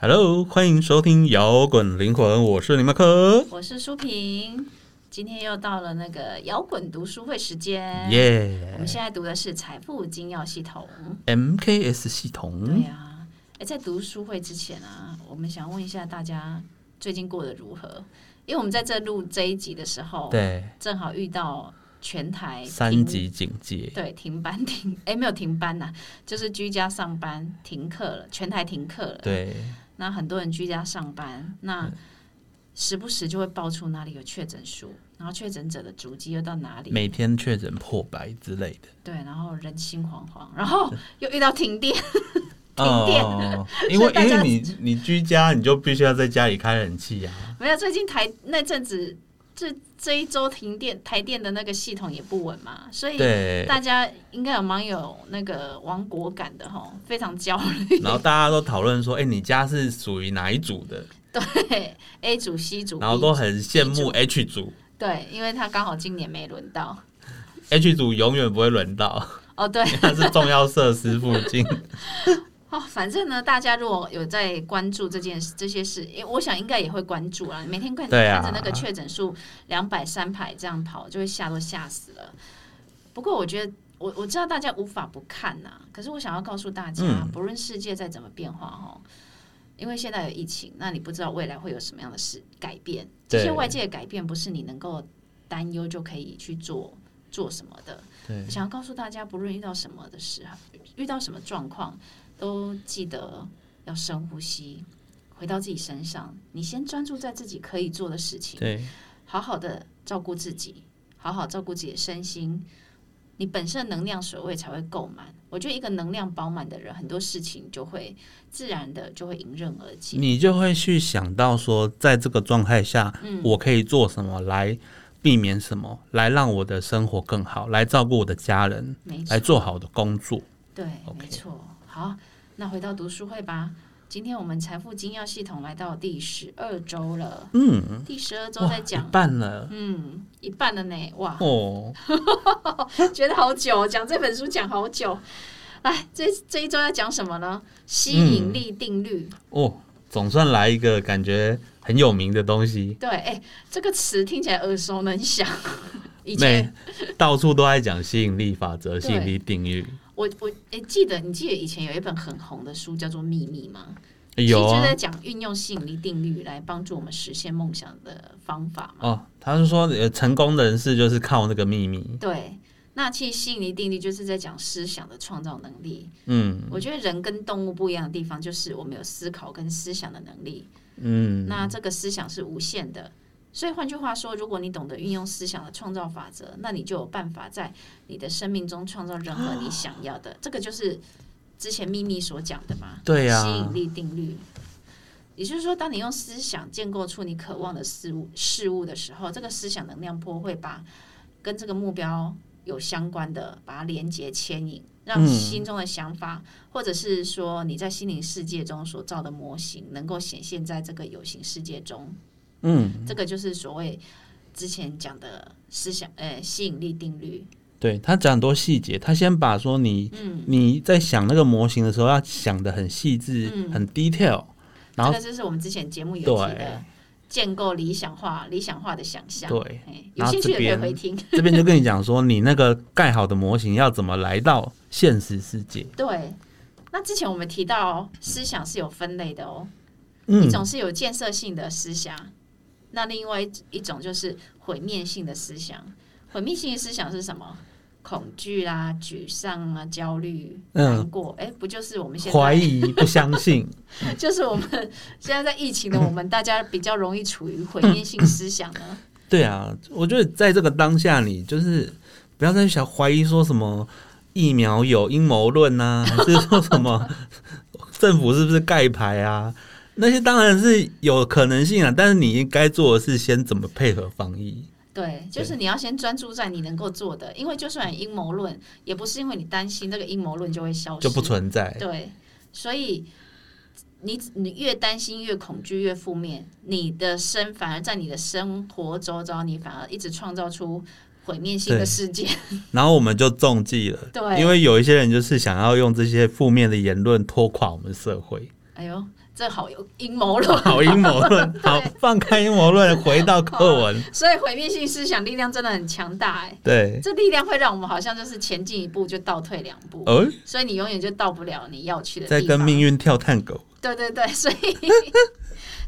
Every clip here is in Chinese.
Hello，欢迎收听摇滚灵魂，我是李麦克，我是舒萍，今天又到了那个摇滚读书会时间。我耶、们现在读的是《财富金钥系统》。 MKS 系对统，呀、啊，哎，在读书会之前啊，我们想问一下大家最近过得如何？因为我们在这录这一集的时候，对，正好遇到全台停三级警戒，对，停班停，哎，没有停班呐、就是居家上班停课了，全台停课了。对，那很多人居家上班，那时不时就会爆出哪里有确诊数，然后确诊者的足迹又到哪里，每天确诊破百之类的，对，然后人心惶惶，然后又遇到停电， 停电 哦，因为所以大因家为你你居家，你就必须要在家里开冷气啊，没有，最近台那阵子这这一周停电，台电的那个系统也不稳嘛，所以对，大家应该有蛮有那个亡国感的吼，非常焦虑。 然后大家都讨论说，哎、你家是属于哪一组的？对，A 组、C 组，然后 B 都组很羡慕 H 组对，因为他刚好今年没轮到。 ，H 组永远不会轮到，哦，对，因 为它是重要设施附 近。哦，反正呢，大家如果有在关注这件事、这些事，因为我想应该也会关注啊。每天看、对啊看着那个确诊数两百、三百这样跑，就会吓都吓死了。不过我觉得，我我知道大家无法不看呐、可是我想要告诉大家，嗯不论世界再怎么变化哦，因为现在有疫情，那你不知道未来会有什么样的事改变。这些对外界的改变不是你能够担忧就可以去做做什么的。对，想要告诉大家，不论遇到什么的时候，遇到什么状况，都记得要深呼吸，回到自己身上。你先专注在自己可以做的事情，对，好好的照顾自己，好好照顾自己的身心。你本身的能量水位才会够满。我觉得一个能量饱满的人，很多事情就会自然的就会迎刃而解。你就会去想到说，在这个状态下，嗯我可以做什么来避免什么，来让我的生活更好，来照顾我的家人，没错来做好的工作。对嗯 OK 没错。好，那回到读书会吧。今天我们财富精要系统来到第十二周了，嗯，第十二周哇，在一讲，半了嗯，一半了呢，哇，哦，觉得好久， 讲这本书讲好久。哎，这这一周要讲什么呢？吸引力定律。哦，总算来一个感觉很有名的东西，对，哎，这个词听起来耳熟能详。 以前每到处都在讲吸引力法则、吸引力定律，我我哎记得，你记得以前有一本很红的书叫做《秘密》吗？有其实就啊在讲运用吸引力定律来帮助我们实现梦想的方法嘛。哦，他是说呃，成功的人士就是靠那个秘密，对，那其实吸引力定律就是在讲思想的创造能力。嗯我觉得人跟动物不一样的地方就是我们有思考跟思想的能力，嗯，那这个思想是无限的。所以换句话说，如果你懂得运用思想的创造法则，那你就有办法在你的生命中创造任何你想要的。这个就是之前秘密所讲的嘛，对啊呀吸引力定律。也就是说，当你用思想建构出你渴望的事物事物的时候，这个思想能量波会把跟这个目标有相关的，把它连接牵引，让嗯心中的想法，或者是说你在心灵世界中所造的模型，能够显现在这个有形世界中。嗯，这个就是所谓之前讲的思想，呃，吸引力定律。对他讲很多细节，他先把说你、嗯你在想那个模型的时候，要想的很细致、嗯很 detail，然这后个就是我们之前节目有提对的，建构理想化、理想化的想象。对嘿，有然后兴趣这也可以边回听。 这边就跟你讲说，你那个盖好的模型要怎么来到现实世界。对，那之前我们提到、哦、思想是有分类的哦， 一嗯，种是有建设性的思想，那另外一一种就是毁灭性的思想。毁灭性的思想是什么？恐惧啦、沮丧啊、焦虑、嗯难过，哎、不就是我们现怀在，疑、不相信， 就是我们现在在疫情的我们，大家比较容易处于毁灭嗯性思想呢？对啊，我觉得在这个当下，你就是不要再想怀疑说什么疫苗有阴谋论 呐，还是说什么政府是不是盖牌啊？那些当然是有可能性啊，但是你应该做的是先怎么配合防疫。对，就是你要先专注在你能够做的，因为就算有阴谋论，也不是因为你担心这个阴谋论就会消失，就不存在。对，所以你你越担心、越恐惧、越负面，你的生反而在你的生活周遭，你反而一直创造出毁灭性的 世界。然后我们就中计了，对因为有一些人就是想要用这些负面的言论拖垮我们社会，哎呦，这好有阴谋论。好阴谋论，好放开阴谋论，回到课 文。 所以毁灭性思想力量真的很强大哎、对，这力量会让我们好像就是前进一步就倒退两步，哦，所以你永远就到不了你要去的地在方。跟命运跳探狗。对对对， 所以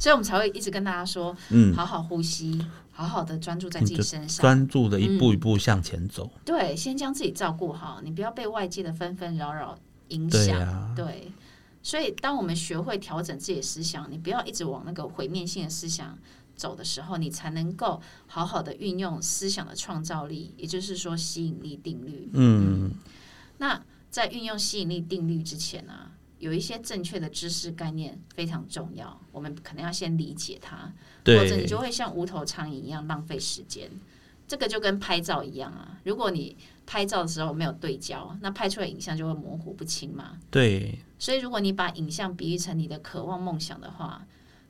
所以我们才会一直跟大家说，嗯，好好呼吸，好好的专注在自己身上。专注的嗯一步一步向前走。对，先将自己照顾好，你不要被外界的纷纷扰扰影对响。啊，对，所以当我们学会调整自己的思想，你不要一直往那个毁灭性的思想走的时候，你才能够好好的运用思想的创造力，也就是说吸引力定律。嗯，那在运用吸引力定律之前呢、啊有一些正确的知识概念非常重要，我们可能要先理解它，或者你对，就会像无头苍蝇一样浪费时间。这个就跟拍照一样啊，如果你拍照的时候没有对焦，那拍出来影像就会模糊不清嘛。对，所以，如果你把影像比喻成你的渴望梦想的话，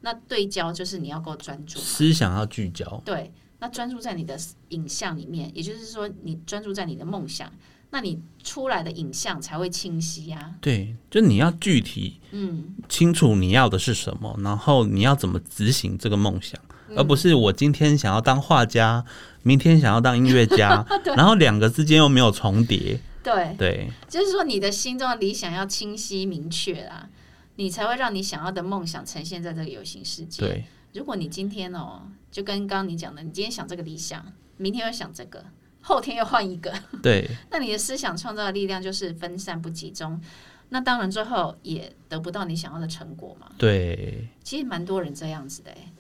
那对焦就是你要够专注。啊思想要聚焦。对，那专注在你的影像里面，也就是说，你专注在你的梦想，那你出来的影像才会清晰啊呀、对，就你要具体嗯，清楚你要的是什么，然后你要怎么执行这个梦想，嗯而不是我今天想要当画家，明天想要当音乐 家，然后两个之间又没有重叠。对，对，就是说你的心中的理想要清晰明确啦，你才会让你想要的梦想呈现在这个有形世界。对，如果你今天哦，就跟刚刚你讲的，你今天想这个理想，明天又想这个，后天又换一个。对，那你的思想创造的力量就是分散不集中，那当然最后也得不到你想要的成果嘛。对，其实蛮多人这样子的欸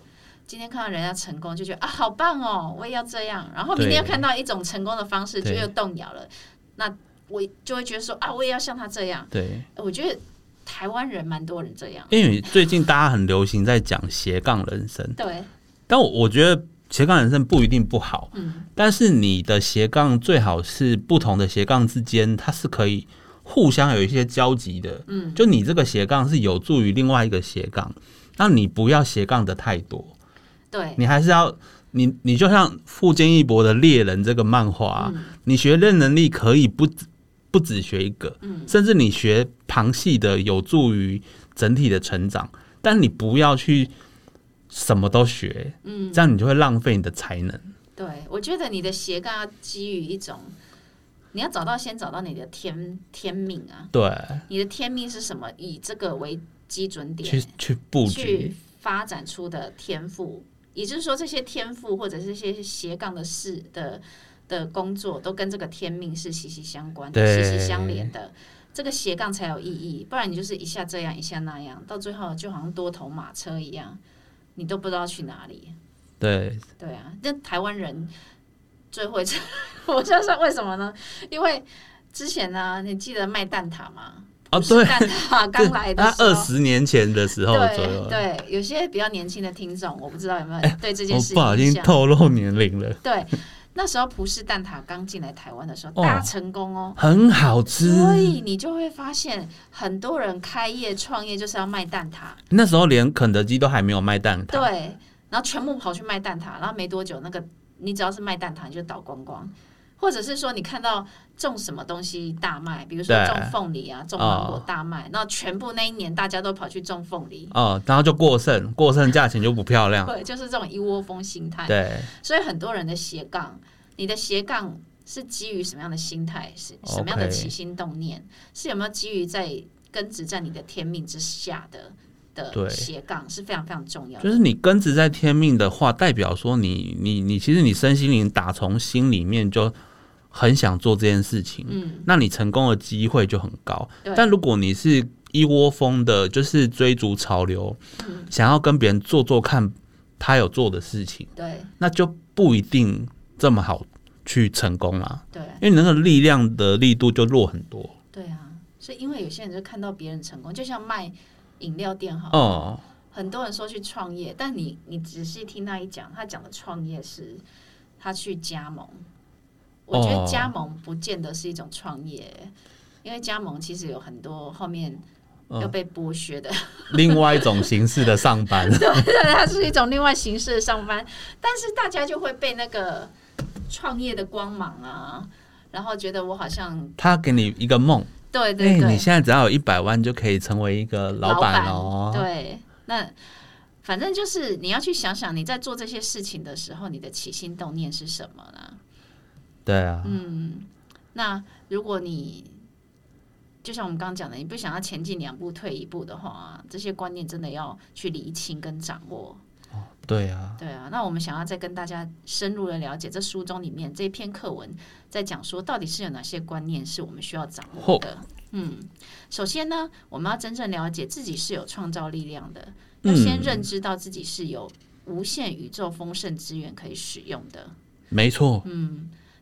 今天看到人家成功就觉得啊好棒哦，我也要这样，然后明天又对看到一种成功的方式就对又动摇了，那我就会觉得说啊我也要像他这 样。对。我觉得台湾人蛮多人这样，因为最近大家很流行在讲斜杠人生，对，但我我觉得斜杠人生不一定不好，嗯，但是你的斜杠最好是不同的斜杠之间，它是可以互相有一些交集的，嗯，就你这个斜杠是有助于另外一个斜杠，那你不要斜杠的太多，对，你还是要。你你就像富坚义博的《猎人》这个漫画啊、嗯你学练能力可以不只不只学一个，嗯甚至你学旁系的有助于整体的成长，但你不要去什么都学，嗯，这样你就会浪费你的才能。对，我觉得你的斜杠要基于一种，你要找到先找到你的天天命啊，对，你的天命是什么？以这个为基准点去去布去局，发展出的天赋，也就是说，这些天赋或者是这些斜杠的事的的工作，都跟这个天命是息息相关的、对息息相连的。这个斜杠才有意义，不然你就是一下这样，一下那样，到最后就好像多头马车一样，你都不知道去哪里。啊对对啊，那台湾人最会这， 我就说为什么呢？因为之前呢、你记得卖蛋挞吗？哦，不是对，蛋挞刚 来的他时候二十年前的时候左右对，对，有些比较年轻的听众，我不知道 有没有对这件我事不小印心象。透露年龄了，对，那时候葡式蛋挞刚进来台湾的时候，哦大成功哦。很好吃。所以你就会发现，很多人开业创业就是要卖蛋挞，那时候连肯德基都还没有卖蛋挞，对，然后全部跑去卖蛋挞，然后没多久，那个你只要是卖蛋挞，你就倒光光，或者是说你看到种什么东西大卖，比如说对种凤梨啊，种芒果哦大卖，那、全部那一年大家都跑去种凤梨，哦，然后就过剩，过剩价钱就不漂亮。对，就是这种一窝蜂心态。对所以很多人的斜杠，你的斜杠是基于什么样的心态，是什么样的 OK 起心动念是有没有基于在根植在你的天命之下的的对斜杠是非常非常重要的。就是你根植在天命的话，代表说你你你，其实你身心灵打从心里面就很想做这件事情，嗯，那你成功的机会就很高对。但如果你是一窝蜂的，就是追逐潮流，嗯想要跟别人做做看他有做的事情，对那就不一定这么好去成功啦、对因为你那个力量的力度就弱很多。对啊！所以因为有些人就看到别人成功，就像卖饮料店哈，哦，很多人说去创业，但你你仔细听他一讲，他讲的创业是他去加盟。我觉得哦加盟不见得是一种创业，因为加盟其实有很多后面嗯要被剥削的，另外一种形式的上班，它是一种另外形式的上班。但是大家就会被那个创业的光芒啊，然后觉得我好像他给你一个梦，对对哎，对，你现在只要有一百万就可以成为一个老板哦。对，那反正就是你要去想想，你在做这些事情的时候，你的起心动念是什么啦。对啊，那如果你就像我们刚刚讲的，你不想要前进两步退一步的话，这些观念真的要去厘清跟掌握。对啊，对啊，那我们想要再跟大家深入的了解这书中里面这篇课文在讲说，到底是有哪些观念是我们需要掌握的。嗯，首先呢，我们要真正了解自己是有创造力量的，要先认知到自己是有无限宇宙丰盛资源可以使用的。没错，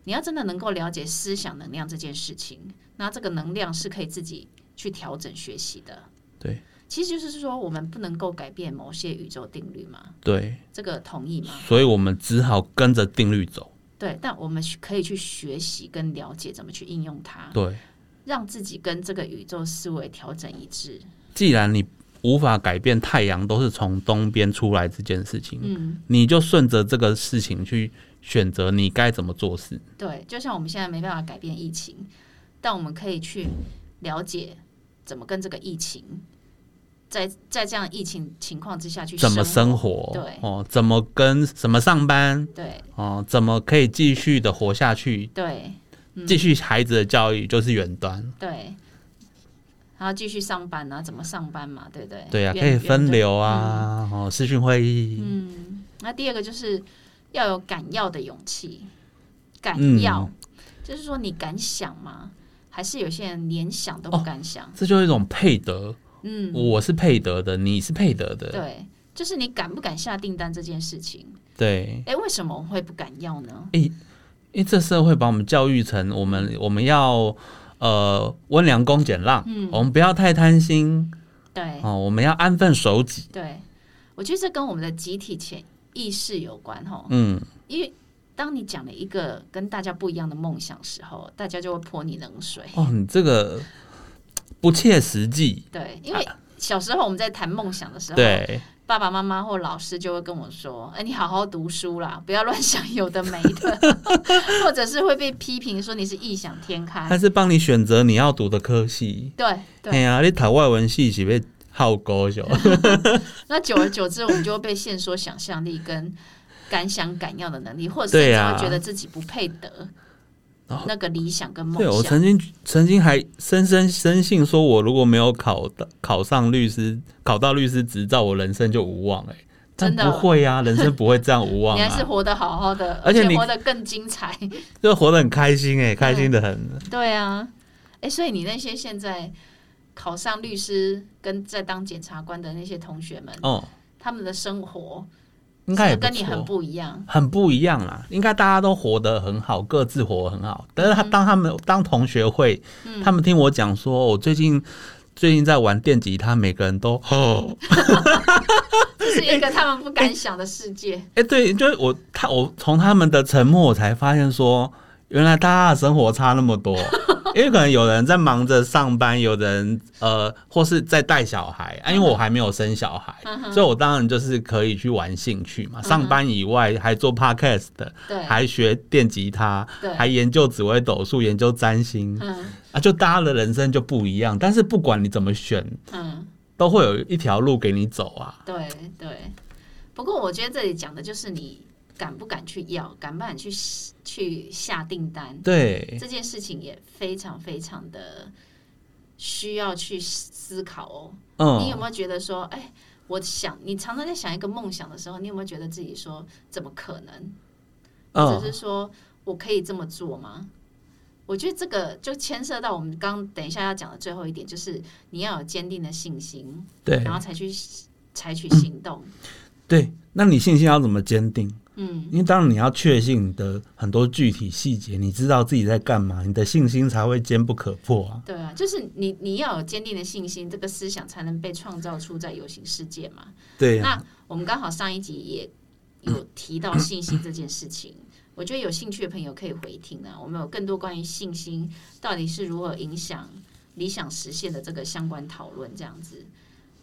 你要真的能够了解思想能量这件事情，那这个能量是可以自己去调整学习的。对，其实就是说我们不能够改变某些宇宙定律嘛，对，这个同意吗？所以我们只好跟着定律走。对，但我们去可以去学习跟了解怎么去应用它，对，让自己跟这个宇宙思维调整一致。既然你无法改变太阳都是从东边出来这件事情，嗯，你就顺着这个事情去选择你该怎么做事。对，就像我们现在没办法改变疫情，但我们可以去了解怎么跟这个疫情，在在这样疫情情况之下去怎么生生活？对哦，怎么跟怎么上班？对哦，怎么可以继续的活下去？对嗯继续孩子的教育就是远端。对，然后继续上班啊，怎么上班嘛，对不对？对啊，远可以分。远流啊，嗯哦，视讯会议，那第二个就是要有敢要的勇气，敢嗯要，就是说你敢想吗？还是有些人连想都不敢想？这就是一种配得。嗯，我是配得的，你是配得的。对，就是你敢不敢下订单这件事情。对，哎，为什么我会不敢要呢？因为这社会把我们教育成我嗯们我们要呃温良恭俭让，我们不要太贪心嗯对哦，我们要安分守己。对，我觉得这跟我们的集体潜意识有关吼。嗯，因为当你讲了一个跟大家不一样的梦想时候，大家就会泼你冷水。哦，你这个不切实际。对，因为小时候我们在谈梦想的时候，对，爸爸妈妈或老师就会跟我说：“哎、你好好读书啦， 不要乱想有的没 的。”或者是会被批评说你是异想天开他。是帮你选择你要读的科系。对哎对，哎呀、你读外文系是被好高哦小。那久而久之，我们就会被限缩想象力跟敢想敢要的能力，或者对甚至啊会觉得自己不配得然后那个理想跟梦对我想。曾经曾经还深深深信，说我如果没有考到考上律师，考到律师执照，我人生就无望、哎，但真的不会 呀、啊，人生不会这样无望、你啊。还是活得好好的，而且你活得更精彩。 就活得很开心哎、开心的很。对啊，哎、所以你那些现在考上律师跟在当检察官的那些同学们，哦，他们的生活应该也是不跟你错很不一样。很不一样啦。应该大家都活得很好，各自活得很好。但嗯是他当他们当同学会，他们听我讲说，我最近最近在玩电吉他，每个人都哦，这是一个他们不敢想的世界。 哎、对，就是我他我从他们的沉默，我才发现说，原来大家的生活差那么多。 因为可能有人在忙着上班，有人呃，或是在带小孩啊。因为我还没有生小孩，所以我当然就是可以去玩兴趣嘛。上班以外还做 podcast，对，还学电吉他，对还研究紫微斗数，研究占星嗯啊，就大家的人生就不一样。但是不管你怎么选，嗯，都会有一条路给你走啊。对对。不过我觉得这里讲的就是你敢不敢去要，敢不敢去去下订单，对，这件事情也非常非常的需要去思考哦。你有嗯，没有觉得说，哎、我想你常常在想一个梦想的时候，你有没有觉得自己说怎么可能，或嗯，者是说我可以这么做吗？我觉得这个就牵涉到我们刚等一下要讲的最后一点，就是你要有坚定的信心，对然后才去采取行动。对。那你信心要怎么坚定？嗯，因为当然你要确信你的很多具体细节，你知道自己在干嘛，你的信心才会坚不可破啊。对啊，就是你你要有坚定的信心，这个思想才能被创造出在有形世界嘛。对呀、那我们刚好上一集也有提到信心这件事情，我觉得有兴趣的朋友可以回听啊。我们有更多关于信心到底是如何影响理想实现的这个相关讨论，这样子。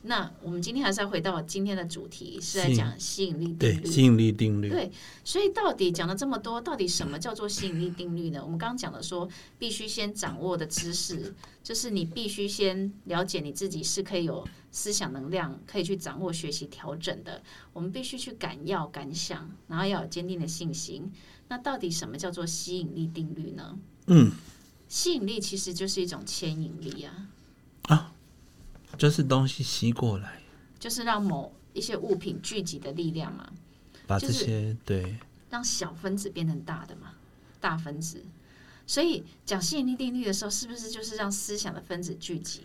那我们今天还是要回到今天的主题，是在吸引讲吸引力定对，律。吸引力定律，对，所以到底讲了这么多，到底什么叫做吸引力定律呢？我们刚刚讲了说，必须先掌握的知识，就是你必须先了解你自己是可以有思想能量，可以去掌握、学习、调整的。我们必须去敢要、敢想，然后要有坚定的信心。那到底什么叫做吸引力定律呢？嗯吸引力其实就是一种牵引力啊，就是东西吸过来，就是让某一些物品聚集的力量嘛，把就这是些对让小分子变成大的嘛，大分子。所以讲吸引力定律的时候，是不是就是让思想的分子聚集，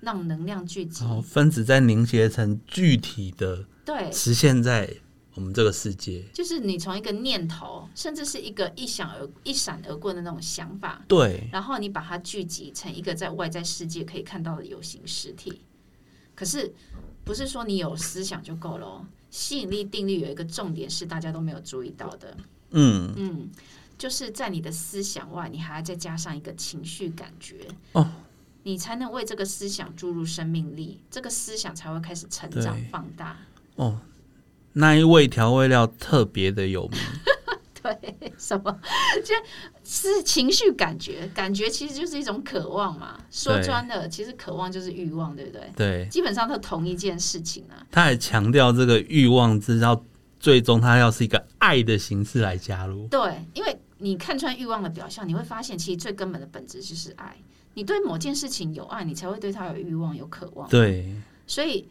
让能量聚集然？后分子再凝结成具体的，对，实现在我们这个世界。就是你从一个念头，甚至是一个一闪而一闪而过的那种想法，对，然后你把它聚集成一个在外在世界可以看到的有形实体。可是不是说你有思想就够了哦。吸引力定律有一个重点是大家都没有注意到的，嗯，嗯，就是在你的思想外，你还要再加上一个情绪感觉哦，你才能为这个思想注入生命力，这个思想才会开始成长对放大。 哦，那一味调味料特别的 有名，对，哎什么？ 就是情绪感觉，感觉其实就是一种渴望嘛。说对穿了，其实渴望就是欲望，对不对？对，基本上都同一件事情啊。他还强调这个欲望之要，最终它要是一个爱的形式来加入。对，因为你看穿欲望的表象，你会发现其实最根本的本质就是爱。你对某件事情有爱，你才会对它有欲望、有渴望。对，所以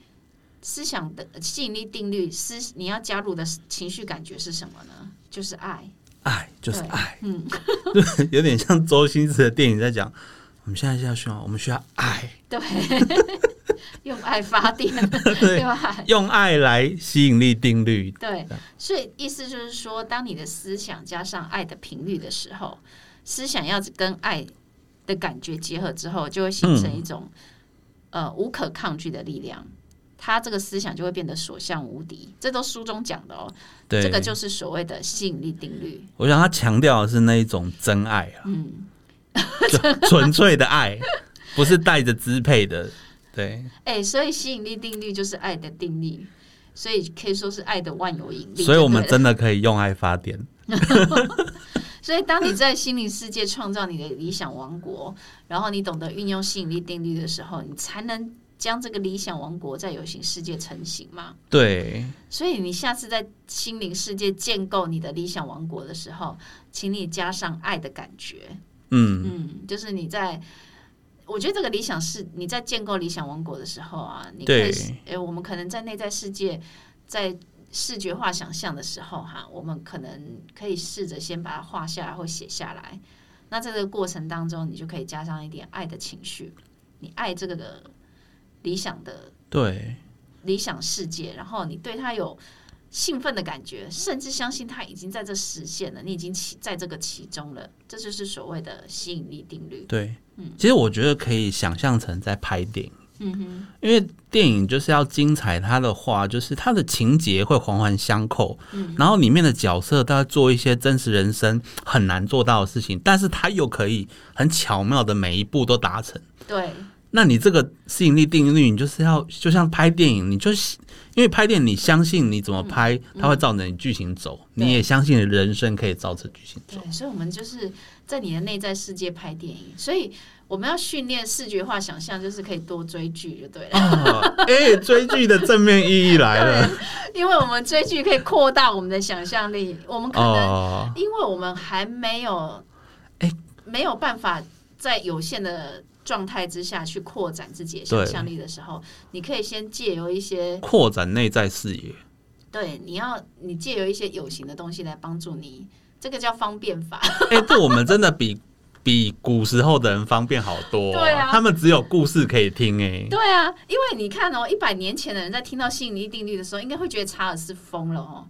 思想的呃吸引力定律，思你要加入的情绪感觉是什么呢？就是爱。爱就是啊对爱， 嗯，有点像周星驰的电影在讲，我们现在是要需要，我们需要爱， 对，用爱发电，对用爱。用爱来吸引力定律。对，所以意思就是说，当你的思想加上爱的频率的时候，思想要跟爱的感觉结合之后，就会形成一种、嗯呃无可抗拒的力量。他这个思想就会变得所向无敌，这都书中讲的哦。对，这个就是所谓的吸引力定律。我想他强调的是那一种真爱啊，嗯， 就纯粹的爱，不是带着支配的。对，哎、所以吸引力定律就是爱的定律，所以可以说是爱的万有引力。所以我们对不对真的可以用爱发电。所以当你在心灵世界创造你的理想王国，然后你懂得运用吸引力定律的时候，你才能将这个理想王国在有形世界成型嘛。对，所以你下次在心灵世界建构你的理想王国的时候，请你加上爱的感觉。嗯，嗯，就是你在，我觉得这个理想是你在建构理想王国的时候啊，你可对以，呃，我们可能在内在世界，在视觉化想象的时候哈、我们可能可以试着先把它画下来或写下来。那在这个过程当中，你就可以加上一点爱的情绪，你爱这个理想的对，理想世界，然后你对它有。兴奋的感觉，甚至相信它已经在这实现了，你已经其在这个其中了，这就是所谓的吸引力定律。对，其实我觉得可以想象成在拍电影，嗯哼，因为电影就是要精彩，它的话就是它的情节会环环相扣，嗯然后里面的角色都要做一些真实人生很难做到的事情，但是它又可以很巧妙的每一步都达成。对那你这个吸引力定律，你就是要就像拍电影，你就是因为拍电影，你相信你怎么拍，它会照着你剧情走，嗯对你也相信你人生可以照着剧情走。对，所以我们就是在你的内在世界拍电影，所以我们要训练视觉化想象，就是可以多追剧就对了，哦，哎、追剧的正面意义来了。因为我们追剧可以扩大我们的想象力，我们可能哦，因为我们还没有，哎没有办法在有限的。状态之下去扩展自己的想对象力的时候，你可以先借由一些扩展内在视野。对，你要你借由一些有形的东西来帮助你，这个叫方便法。哎、这我们真的 比比古时候的人方便好多、哦对啊他们只有故事可以听、哎，对啊，因为你看哦，一百年前的人在听到吸引力定律的时候，应该会觉得查尔斯疯了哦。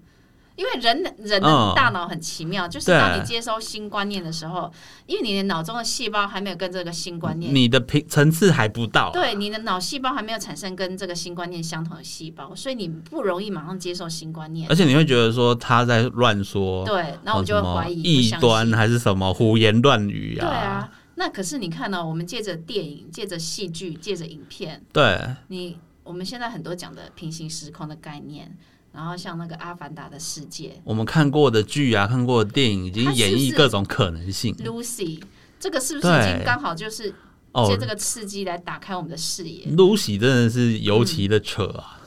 因为人人的嗯大脑很奇妙，就是对当你接收新观念的时候，因为你的脑中的细胞还没有跟这个新观念，你的平层次还不到。对你的脑细胞还没有产生跟这个新观念相同的细胞，所以你不容易马上接受新观念。而且你会觉得说他在乱说，对，然后我哦们就什会么怀疑、不异相端啊信。还是什么胡言乱语对啊，哦那可是你看呢、我们借着电影、借着戏剧、借着影片，对你。我们现在很多讲的平行时空的概念，然后像那个《阿凡达》的世界我们看过的剧啊，看过的电影，已经它是不演绎是各种可能性。 ，Lucy，这个是不是已嗯对经刚好就是借哦这个刺激来打开我们的视野？ ，Lucy 真的是尤其的扯啊！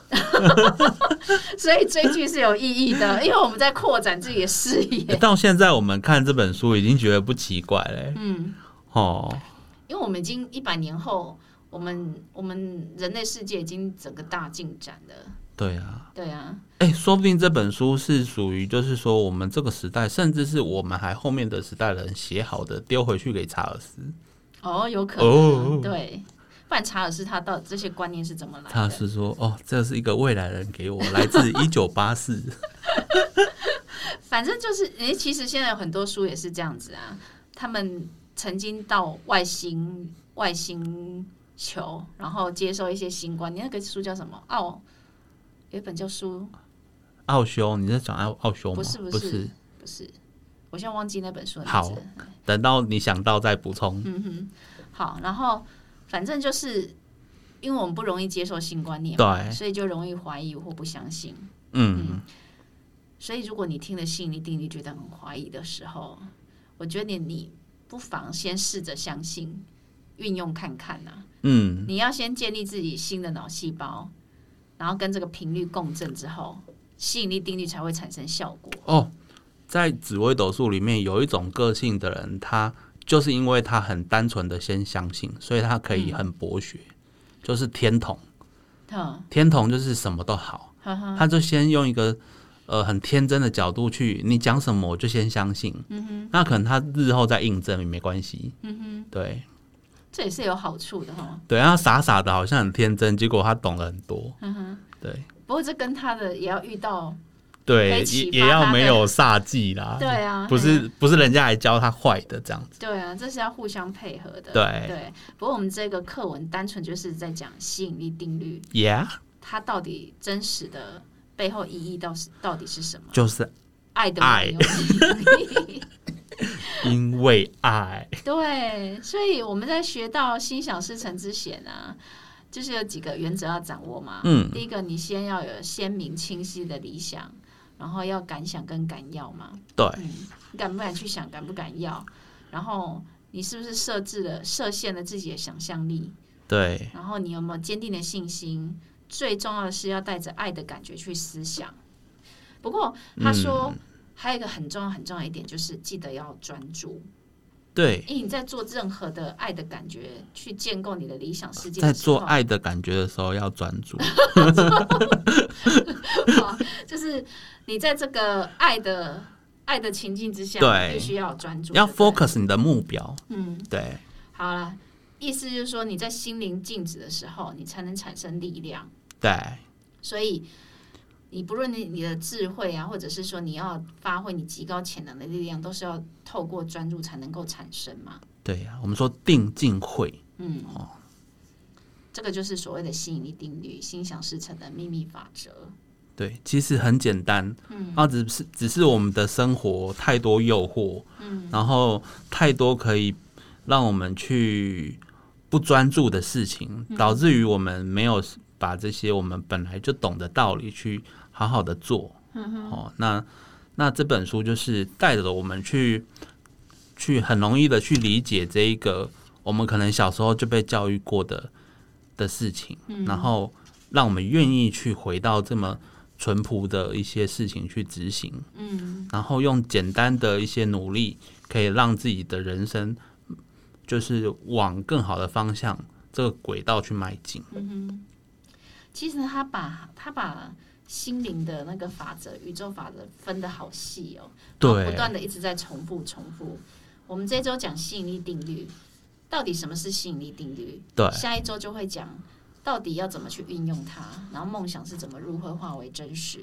所以追剧是有意义的，因为我们在扩展自己的视野。哎到现在我们看这本书已经觉得不奇怪嘞、嗯，哦，因为我们已经一百年后，我们我们人类世界已经整个大进展了。对啊，对啊，哎、说不定这本书是属于，就是说我们这个时代，甚至是我们还后面的时代人写好的，丢回去给查尔斯。哦，有可能，哦对。不然查尔斯他到底这些观念是怎么来查尔的？斯说：“哦，这是一个未来人给我，来自一九八四。反正就是，诶、其实现在有很多书也是这样子啊，他们曾经到外星外星球，然后接受一些新观念。那个书叫什么？奥、有一本叫书，奥修，你在讲奥奥修吗？不是不不是不是，我现在忘记那本书的名好字了。等到你想到再补充。嗯哼，好，然后反正就是因为我们不容易接受新观念，对，所以就容易怀疑或不相信。嗯，所以如果你听了吸引力定律觉得很怀疑的时候，我觉得你不妨先试着相信，运用看看呐、嗯，你要先建立自己新的脑细胞，然后跟这个频率共振之后，吸引力定律才会产生效果。哦，在紫微斗数里面有一种个性的人，他就是因为他很单纯的先相信，所以他可以很博学，就是天童。嗯，天童就是什么都好，呵呵，他就先用一个呃很天真的角度去，你讲什么我就先相信。嗯、那可能他日后再印证也没关系。嗯、对这也是有好处的哈。对，他傻傻的，好像很天真，结果他懂了很多。嗯、对不过这跟他的也要遇到，可对，以启也发也要他没的有煞忌啦。对啊，不是不是人家来教他坏的这样子。对啊，这是要互相配合的。对对，不过我们这个课文单纯就是在讲吸引力定律， Yeah。它到底真实的背后意义到是到底是什么？就是爱的爱没有吸引力因为爱。 对，所以我们在学到心想事成之前啊，就是有几个原则要掌握嘛。嗯，第一个，你先要有鲜明清晰的理想，然后要敢想跟敢要嘛。对，你敢不敢去想，敢不敢要？然后你是不是设置了、设限了自己的想象力？对，然后你有没有坚定的信心？最重要的是要带着爱的感觉去思想。不过嗯他说、还有一个很重要、很重要一点，就是记得要专注。对，因为你在做任何的爱的感觉，去建构你的理想世界在的时候，做爱的感觉的时候要专注。就是你在这个爱的爱的情境之下，对必须要有专注，要对不对 focus 你的目标，嗯，对，好了，意思就是说你在心灵静止的时候，你才能产生力量。对，所以，你不论你你的智慧啊，或者是说你要发挥你极高潜能的力量，都是要透过专注才能够产生嘛。对呀、我们说定静会，嗯，这个就是所谓的吸引力定律、心想事成的秘密法则。对，其实很简单，嗯，啊，只是只是我们的生活太多诱惑，嗯，然后太多可以让我们去不专注的事情，导致于我们没有把这些我们本来就懂的道理去好好的做，嗯哦，那那这本书就是带着我们去去很容易的去理解这一个我们可能小时候就被教育过的的事情，然后让我们愿意去回到这么淳朴的一些事情去执行，嗯，然后用简单的一些努力，可以让自己的人生嗯就是往更好的方向这个轨道去迈进。其实他把他把心灵的那个法则、宇宙法则分得好细哦，然后不对，断的一直在重复重复。我们这周讲吸引力定律，到底什么是吸引力定律？对，下一周就会讲到底要怎么去运用它，然后梦想是怎么如何化为真实。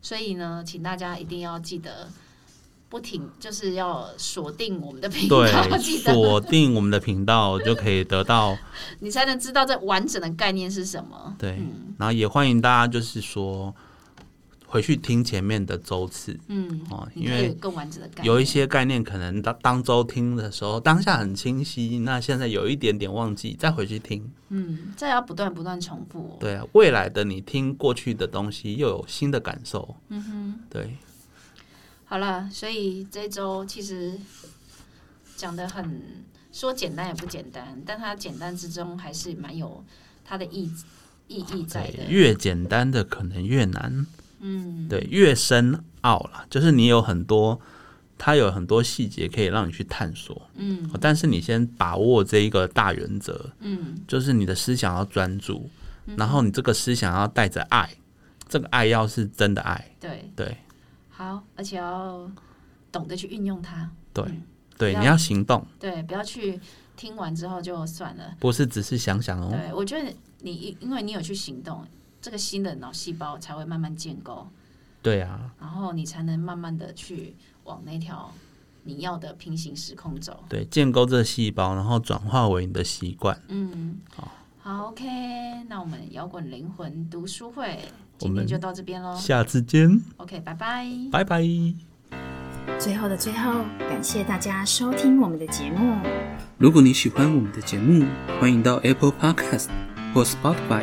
所以呢，请大家一定要记得。不停就是要锁定我们的频道，对，记得锁定我们的频道就可以得到你才能知道这完整的概念是什么。对，然后也欢迎大家就是说回去听前面的周次，嗯，哦你因可为以有更完整的概念。有一些概念可能当当周听的时候当下很清晰，那现在有一点点忘记，再回去听。嗯，这要不断不断重复、哦。对啊，未来的你听过去的东西又有新的感受。嗯哼，对，好了，所以这一周其实讲的很说简单也不简单，但它简单之中还是蛮有它的意意义在对的。越简单的可能越难，嗯，对，越深奥啦，就是你有很多，它有很多细节可以让你去探索。哦嗯但是你先把握这一个大原则，嗯就是你的思想要专注，然后你这个思想要带着爱，这个爱要是真的爱，对，对好，而且要懂得去运用它。对嗯对，要你要行动，对，不要去听完之后就算了。不是只是想想哦。对，我觉得你因因为你有去行动，这个新的脑细胞才会慢慢建构，对啊，然后你才能慢慢的去往那条你要的平行时空走。对，建构这细胞，然后转化为你的习惯。嗯，好，OK，那我们摇滚灵魂读书会今天们就到这边喽。下次见， OK，拜拜。拜拜。最后的最后，感谢大家收听我们的节目。如果你喜欢我们的节目，欢迎到 Apple Podcast 或 Spotify